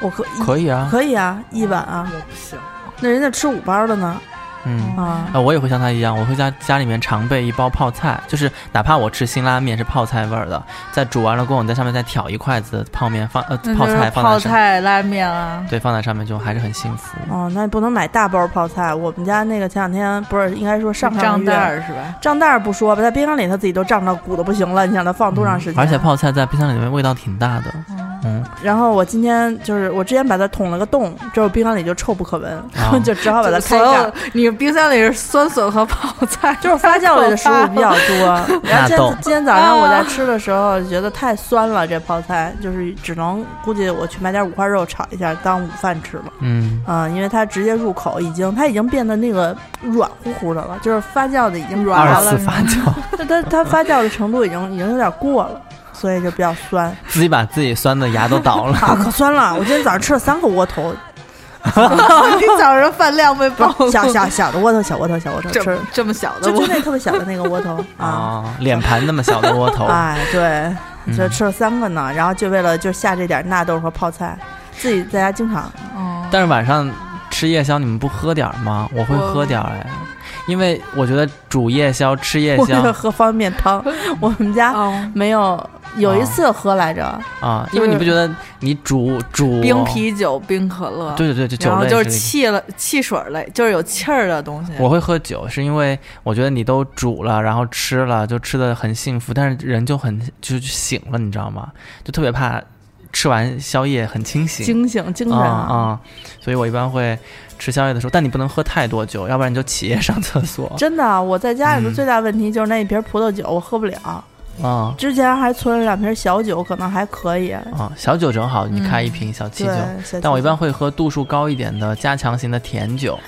Speaker 2: 我可
Speaker 4: 可以啊，
Speaker 2: 可以啊，一碗啊。
Speaker 3: 我不行。
Speaker 2: 那人家吃五包的呢
Speaker 4: 嗯。
Speaker 2: 啊。
Speaker 4: 啊，我也会像他一样，我会家家里面常备一包泡菜，就是哪怕我吃辛拉面是泡菜味儿的，在煮完了过后，你在上面再挑一筷子泡面放呃
Speaker 3: 那
Speaker 4: 泡
Speaker 3: 嗯就是
Speaker 4: 菜放
Speaker 3: 泡
Speaker 4: 在上，
Speaker 3: 菜拉面啊，
Speaker 4: 对，放在上面就还是很幸福。
Speaker 2: 哦，那不能买大包泡菜。我们家那个前两天不是应该说上上
Speaker 3: 账
Speaker 2: 个
Speaker 3: 单
Speaker 2: 月
Speaker 3: 儿是吧？
Speaker 2: 账单儿不说吧，在冰箱里他自己都胀到鼓的不行了。你想他放多长时间？
Speaker 4: 嗯而且泡菜在冰箱里面味道挺大的， 嗯，
Speaker 2: 然后我今天就是我之前把它捅了个洞，之后冰箱里就臭不可闻，
Speaker 4: 哦
Speaker 2: 然后 就只好把它
Speaker 3: 所
Speaker 2: 开盖
Speaker 3: 有
Speaker 2: 儿。
Speaker 3: 你冰箱里是酸笋和泡菜，
Speaker 2: 就是发酵类的食物比较 多，然后今
Speaker 4: 纳豆
Speaker 2: 天今天早上我在吃的时候觉得太酸了，这泡菜就是只能估计我去买点五花肉炒一下当午饭吃了，
Speaker 4: 嗯，
Speaker 2: 嗯，因为它直接入口已经它已经变得那个软乎乎的了，就是发酵的已经软
Speaker 4: 二
Speaker 2: 了
Speaker 4: 次发酵，
Speaker 2: 它它它发酵的程度已经已经有点过了，所以就比较酸，
Speaker 4: 自己把自己酸的牙都倒 了。
Speaker 2: 啊，可酸了！我今天早上吃了三个窝头，
Speaker 3: 你早上饭量被暴露，
Speaker 2: 小小小的窝头，小窝头，小窝头
Speaker 3: 嗯这
Speaker 2: 吃
Speaker 3: 么，这么小的
Speaker 2: 就就
Speaker 3: 我，
Speaker 2: 那特别小的那个窝 头啊。
Speaker 4: 啊，脸盘那么小的窝头，
Speaker 3: 啊
Speaker 2: 哎，对，
Speaker 4: 嗯
Speaker 2: 就吃了三个呢，然后就为了就下这点纳豆和泡菜，自己在家经常
Speaker 3: 嗯
Speaker 2: 哦
Speaker 4: 但是晚上吃夜宵你们不喝点儿吗？我会
Speaker 3: 我
Speaker 4: 喝点儿哎，因为我觉得煮夜宵、吃夜
Speaker 2: 我
Speaker 4: 宵
Speaker 2: 就喝方便面汤，我们家
Speaker 3: 哦，
Speaker 2: 没有，有一
Speaker 4: 哦
Speaker 2: 次喝来着，
Speaker 4: 啊，因为你不觉得你煮煮
Speaker 3: 冰啤酒、冰可乐，
Speaker 4: 对对对，
Speaker 3: 然
Speaker 4: 酒
Speaker 3: 后
Speaker 4: 类
Speaker 3: 就是
Speaker 4: 这个
Speaker 3: 汽了汽水类，就是有气儿的东西。
Speaker 4: 我会喝酒，是因为我觉得你都煮了，然后吃了，就吃的很幸福，但是人就很就是醒了，你知道吗？就特别怕吃完宵夜很清醒
Speaker 2: 惊醒精
Speaker 4: 啊
Speaker 2: 神啊，
Speaker 4: 啊、所以我一般会吃宵夜的时候，但你不能喝太多酒，要不然你就起夜上厕所
Speaker 2: 真的，啊我在家里头
Speaker 4: 嗯
Speaker 2: 最大问题就是那一瓶葡萄酒我喝不了，
Speaker 4: 啊
Speaker 2: 之前还存了两瓶小酒，可能还可以。
Speaker 4: 啊。小酒正好，你开一瓶小
Speaker 2: 对
Speaker 4: 汽酒。，
Speaker 2: 小
Speaker 4: 但我一
Speaker 2: 啤酒
Speaker 4: 般会喝度数高一点的加强型的甜酒，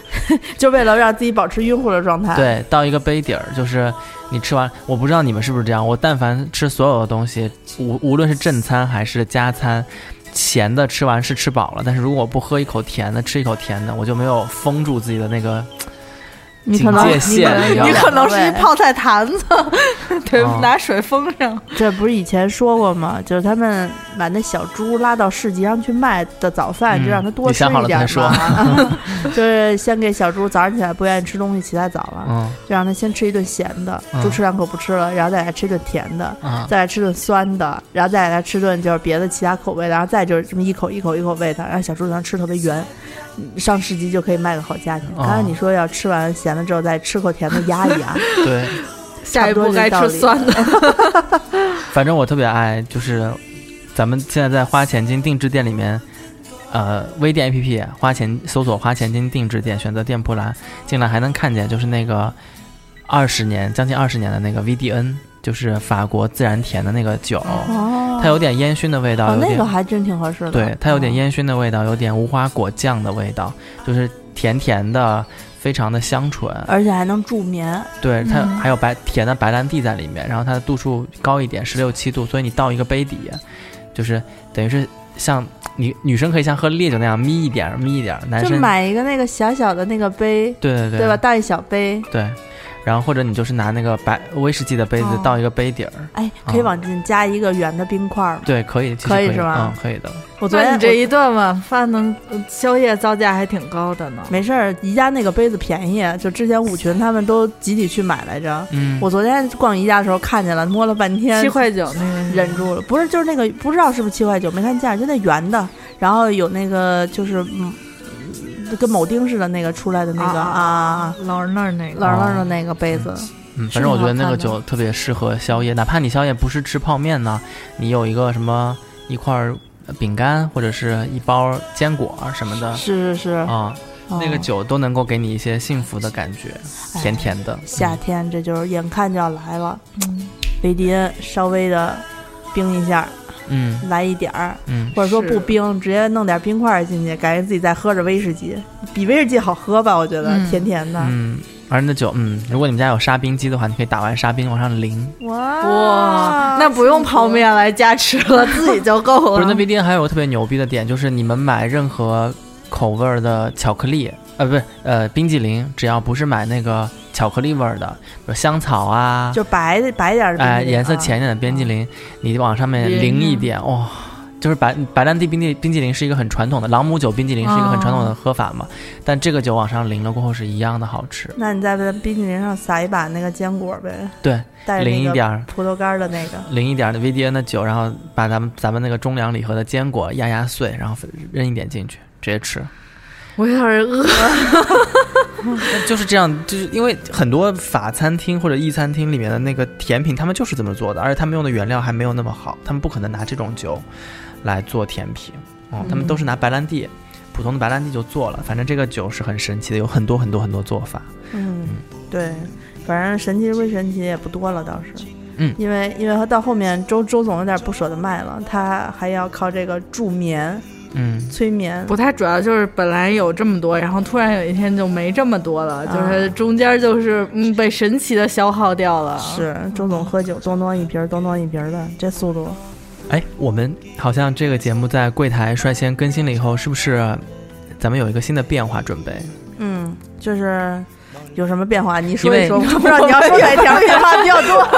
Speaker 2: 就为了让自己保持晕乎的状态。，
Speaker 4: 对，倒一个杯底儿，就是你吃完，我不知道你们是不是这样，我但凡吃所有的东西，无无论是正餐还是加餐，咸的吃完是吃饱了，但是如果我不喝一口甜的，吃一口甜的，我就没有封住自己的那个
Speaker 2: 你
Speaker 4: 警
Speaker 2: 可能
Speaker 4: 戒线
Speaker 2: 可能
Speaker 4: 你知道吗
Speaker 3: 你可能是一
Speaker 2: 对
Speaker 3: 泡菜坛子， 对
Speaker 4: 哦，
Speaker 3: 拿水封上。
Speaker 2: 这不是以前说过吗？就是他们把那小猪拉到市集上去卖的早饭，
Speaker 4: 嗯
Speaker 2: 就让它多
Speaker 4: 你
Speaker 2: 吃
Speaker 4: 想好
Speaker 2: 一
Speaker 4: 了
Speaker 2: 点
Speaker 4: 再
Speaker 2: 嘛。
Speaker 4: 说
Speaker 2: 就是先给小猪早上起来不愿意吃东西，起太早了，
Speaker 4: 嗯
Speaker 2: 就让它先吃一顿咸的，
Speaker 4: 嗯
Speaker 2: 猪吃两口不吃了，然后再来吃一顿甜的。
Speaker 4: 啊
Speaker 2: 再来吃顿酸的，然后再来吃顿就是别的其他口味的，然后再就是这么一口一口一口喂它，然后小猪能吃特别圆，嗯上市集就可以卖个好价钱。刚才
Speaker 4: 哦
Speaker 2: 你说要吃完咸的之后再吃口甜的压一压，
Speaker 4: 对，
Speaker 3: 下一步该吃酸的，
Speaker 4: 反正我特别爱，就是咱们现在在花钱精定制店里面，呃，微店 APP 花钱搜索花钱精定制店，选择店铺栏进来还能看见，就是那个二十年将近二十年的那个 VDN，就是法国自然甜的那个酒，
Speaker 2: 哦
Speaker 4: 它有点烟熏的味道，
Speaker 2: 哦，
Speaker 4: 有
Speaker 2: 那
Speaker 4: 点、
Speaker 2: 个还真挺合适的。
Speaker 4: 对，它有点
Speaker 2: 哦
Speaker 4: 烟熏的味道，有点无花果酱的味道，就是甜甜的，非常的香醇。
Speaker 2: 而且还能助眠。
Speaker 4: 对，它
Speaker 3: 嗯
Speaker 4: 还有白甜的白兰地在里面，然后它的度数高一点，十六七度，所以你倒一个杯底，就是等于是像女女生可以像喝烈酒那样眯一点儿眯一点儿，男
Speaker 2: 就
Speaker 4: 生
Speaker 2: 买一个那个小小的那个杯，
Speaker 4: 对对对啊
Speaker 2: 对吧？倒一小杯，
Speaker 4: 对，然后或者你就是拿那个白威士忌的杯子
Speaker 2: 哦
Speaker 4: 倒一个杯底儿，
Speaker 2: 哎，可以
Speaker 4: 啊
Speaker 2: 往进加一个圆的冰块吗？
Speaker 4: 对，可以，其实
Speaker 2: 可以
Speaker 4: 以
Speaker 2: 是吧
Speaker 4: 嗯，可以的。
Speaker 2: 我昨
Speaker 3: 那
Speaker 2: 天
Speaker 3: 你这一顿晚饭能呃宵夜造价还挺高的呢
Speaker 2: 我。没事儿，宜家那个杯子便宜，就之前舞群他们都集体去买来着。
Speaker 4: 嗯，
Speaker 2: 我昨天逛宜家的时候看见了，摸了半天，
Speaker 3: 七块九那个是
Speaker 2: 忍住了，不是就是那个不知道是不是七块九，没看价，就那圆的，然后有那个就是嗯，跟铆钉似的那个出来的那个
Speaker 3: 啊
Speaker 2: 啊
Speaker 3: 啊
Speaker 2: 啊，
Speaker 3: 老人那儿那个
Speaker 2: 棱棱
Speaker 4: 哦
Speaker 2: 的那个杯子，
Speaker 4: 嗯，
Speaker 3: 是
Speaker 4: 反正我觉
Speaker 3: 好
Speaker 4: 得那
Speaker 3: 看
Speaker 4: 个
Speaker 3: 的
Speaker 4: 酒特别适合宵夜，哪怕你宵夜不是吃泡面呢，你有一个什么一块儿饼干或者是一包坚果儿什么的
Speaker 2: 是是是，
Speaker 4: 啊、
Speaker 2: 哦
Speaker 4: 那个酒都能够给你一些幸福的感觉，甜。
Speaker 2: 哎
Speaker 4: 甜的。
Speaker 2: 夏
Speaker 4: 嗯
Speaker 2: 天这就是眼看就要来了，
Speaker 3: 嗯
Speaker 2: 维迪恩稍微的冰一下，
Speaker 4: 嗯
Speaker 2: 来一点儿，
Speaker 4: 嗯，
Speaker 2: 或者说不
Speaker 3: 是
Speaker 2: 冰，直接弄点冰块儿进去，感觉自己在喝着威士忌，比威士忌好喝吧？我觉得、
Speaker 3: 嗯
Speaker 2: 甜甜的，
Speaker 4: 嗯，而那酒，嗯，如果你们家有沙冰机的话，你可以打完沙冰往上淋。
Speaker 2: 哇
Speaker 3: 哇，那不用泡面来加持 了，自己就够
Speaker 4: 不是，那
Speaker 3: 了。
Speaker 4: 冰店还有个特别牛逼的点，就是你们买任何口味儿的巧克力，呃，不是，呃，冰激凌，只要不是买那个巧克力味儿的，比如香草啊，
Speaker 2: 就白的白点儿的冰淇淋啊，嗯
Speaker 4: 哎，颜色浅一点的冰激凌，你往上面
Speaker 3: 淋
Speaker 4: 淋一
Speaker 3: 啊
Speaker 4: 点，哇、就是白白兰地冰激冰激凌是一个很传统的，朗姆酒冰激凌是一个很传统
Speaker 2: 哦
Speaker 4: 的喝法嘛，但这个酒往上淋了过后是一样的好吃，
Speaker 2: 那你在冰淇淋上撒一把那个坚果呗，
Speaker 4: 对，
Speaker 2: 带着
Speaker 4: 淋
Speaker 2: 那
Speaker 4: 一
Speaker 2: 个
Speaker 4: 点儿
Speaker 2: 葡萄干儿的那个，
Speaker 4: 淋一点的 VDN 的酒，然后把咱们咱们那个中粮礼盒的坚果压压碎，然后扔一点进去，直接吃。
Speaker 3: 我有点饿。
Speaker 4: 就是这样，就是因为很多法餐厅或者意餐厅里面的那个甜品，他们就是这么做的，而且他们用的原料还没有那么好，他们不可能拿这种酒来做甜品，哦，他们都是拿白兰地，普通的白兰地就做了。反正这个酒是很神奇的，有很多很多很多做法。
Speaker 2: 嗯，对，反正神奇归神奇，也不多了倒是。
Speaker 4: 嗯
Speaker 2: 因为因为到后面周周总有点不舍得卖了，他还要靠这个助眠、
Speaker 4: 嗯，
Speaker 2: 催眠。
Speaker 3: 不太主要就是本来有这么多，然后突然有一天就没这么多了，
Speaker 2: 啊
Speaker 3: 就是中间就是嗯被神奇的消耗掉了。
Speaker 2: 是周总喝酒，咚咚一瓶儿，咚咚一瓶儿的，这速度
Speaker 4: 哎，我们好像这个节目在柜台率先更新了以后，是不是咱们有一个新的变化准备？
Speaker 2: 嗯，就是有什么变化？你说
Speaker 4: 因
Speaker 2: 一
Speaker 4: 为
Speaker 2: 说，我不知道你要说哪条变化比较多。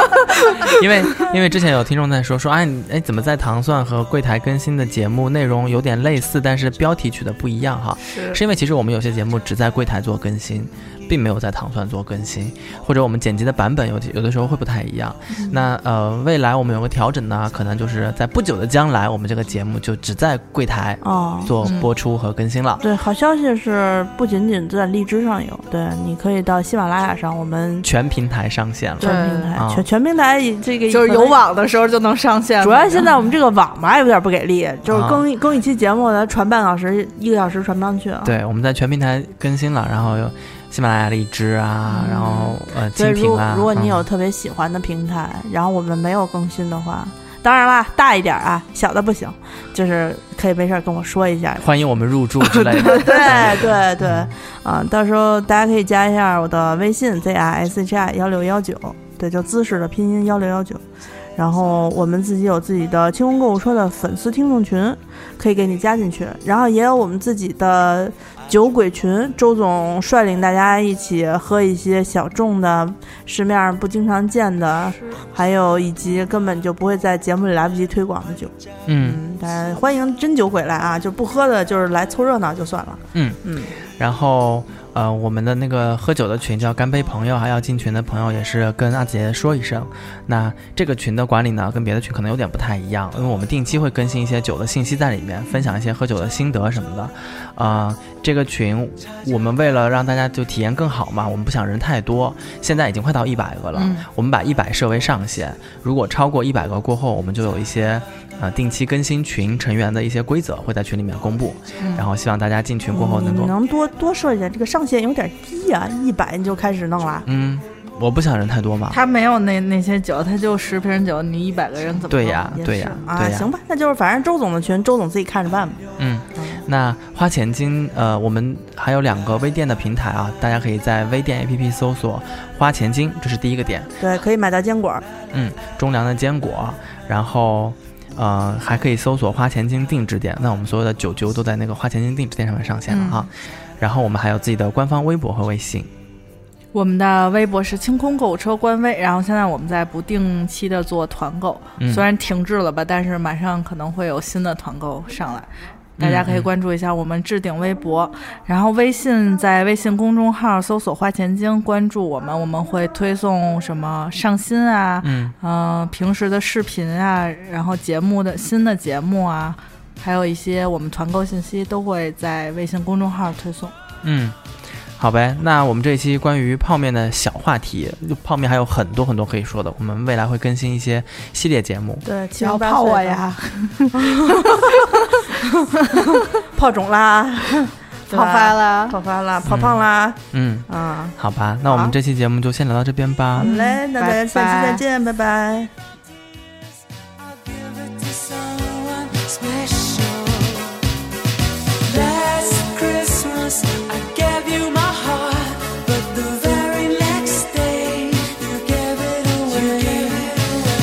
Speaker 4: 因为因为之前有听众在说说，哎你哎，怎么在糖蒜和柜台更新的节目内容有点类似，但是标题取的不一样哈？
Speaker 3: 是
Speaker 4: 是因为其实我们有些节目只在柜台做更新，并没有在糖蒜做更新，或者我们剪辑的版本有有的时候会不太一样。
Speaker 2: 嗯
Speaker 4: 那呃，未来我们有个调整呢，可能就是在不久的将来，我们这个节目就只在柜台
Speaker 2: 哦，
Speaker 4: 做播出和更新了。
Speaker 2: 对，好消息是不仅仅在荔枝上有，对，你可以到喜马拉雅上，我们
Speaker 4: 全平台上线了，
Speaker 3: 对
Speaker 2: 全平台
Speaker 4: 啊，
Speaker 2: 全全平台以这个
Speaker 3: 就是
Speaker 2: 可
Speaker 3: 有
Speaker 2: 能。
Speaker 3: 网的时候就能上线了。
Speaker 2: 主要现在我们这个网吧有点不给力，就是
Speaker 4: 啊
Speaker 2: 更一更一期节目，咱传半小时，一个小时传不上去啊。，
Speaker 4: 对，我们在全平台更新了，然后有喜马拉雅、荔枝啊，然后呃
Speaker 2: 所以
Speaker 4: 蜻
Speaker 2: 如
Speaker 4: 蜓
Speaker 2: 果
Speaker 4: 啊，
Speaker 2: 如果你
Speaker 4: 嗯。
Speaker 2: 有特别喜欢的平台，然后我们没有更新的话，当然啦，大一点啊，小的不行，就是可以没事儿跟我说一下
Speaker 4: 欢迎我们入驻之类的。
Speaker 2: 对对对，啊，到时候大家可以加一下我的微信 z i s h i 幺六幺九，对，就姿势的拼音幺六幺九。然后我们自己有自己的清空购物车的粉丝听众群，可以给你加进去。然后也有我们自己的酒鬼群，周总率领大家一起喝一些小众的、市面上不经常见的，还有以及根本就不会在节目里来不及推广的酒。
Speaker 4: 嗯，
Speaker 2: 嗯，大家欢迎真酒鬼来啊，就不喝的，就是来凑热闹就算了。
Speaker 4: 嗯
Speaker 2: 嗯。
Speaker 4: 然后呃，我们的那个喝酒的群叫干杯朋友，还要进群的朋友也是跟阿杰说一声。那这个群的管理呢，跟别的群可能有点不太一样，因为我们定期会更新一些酒的信息在里面，分享一些喝酒的心得什么的。呃，这个群我们为了让大家就体验更好嘛，我们不想人太多，现在已经快到一百个了，
Speaker 3: 嗯
Speaker 4: 我们把一百设为上限，如果超过一百个过后，我们就有一些。呃，定期更新群成员的一些规则会在群里面公布，然
Speaker 3: 嗯
Speaker 4: 后希望大家进群过后能
Speaker 2: 你
Speaker 4: 够，
Speaker 2: 嗯能多多设一点，这个上限有点低啊，一百你就开始弄了。
Speaker 4: 嗯，我不想人太多嘛，
Speaker 3: 他没有那那些酒，他就十瓶酒，你一百个人怎么
Speaker 4: 对
Speaker 3: 弄
Speaker 4: 呀
Speaker 2: 也，是
Speaker 4: 对呀，
Speaker 2: 啊，
Speaker 4: 对呀，
Speaker 2: 行吧，那就是反正周总的群，周总自己看着办吧。
Speaker 4: 嗯，那花钱精，呃，我们还有两个微店的平台啊，大家可以在微店 APP 搜索“花钱精”，这是第一个点，
Speaker 2: 对，可以买到坚果。
Speaker 4: 中粮的坚果，然后。呃，还可以搜索花钱精定制店。那我们所有的九九都在那个花钱精定制店上面上线了哈。然后我们还有自己的官方微博和微信。
Speaker 3: 我们的微博是清空购物车官微，然后现在我们在不定期的做团购，
Speaker 4: 嗯
Speaker 3: 虽然停滞了吧，但是马上可能会有新的团购上来。大
Speaker 4: 嗯
Speaker 3: 家可以关注一下我们置顶微博，然后微信在微信公众号搜索“花钱精”，关注我们，我们会推送什么上新啊，
Speaker 4: 嗯，
Speaker 3: 呃，平时的视频啊，然后节目的新的节目啊，还有一些我们团购信息都会在微信公众号推送。
Speaker 4: 嗯，好呗，那我们这一期关于泡面的小话题，就泡面还有很多很多可以说的，我们未来会更新一些系列节目。
Speaker 2: 对，七
Speaker 3: 不要
Speaker 2: 十八
Speaker 3: 泡我
Speaker 2: 岁的
Speaker 3: 呀！
Speaker 2: 泡肿啦，对
Speaker 3: 泡
Speaker 2: 吧
Speaker 3: 发，了，
Speaker 2: 泡发啦，泡胖啦，
Speaker 4: 嗯，
Speaker 2: 啊，
Speaker 4: 好吧，那我们
Speaker 2: 好
Speaker 4: 这期节目就先聊到这边吧。
Speaker 2: 好嘞，那大家下期再见，拜拜。
Speaker 5: I'll give it to someone special. Last Christmas I gave you my heart, but the very next day you gave it away.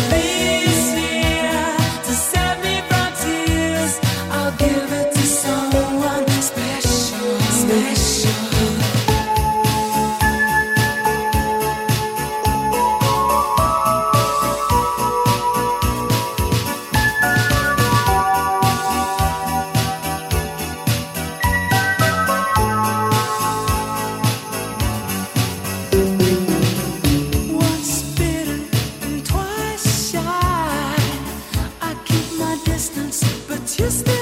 Speaker 5: This year to save me from tears, I'll give it to someone special, special. Once bitten and twice shy. I keep my distance, but you stay.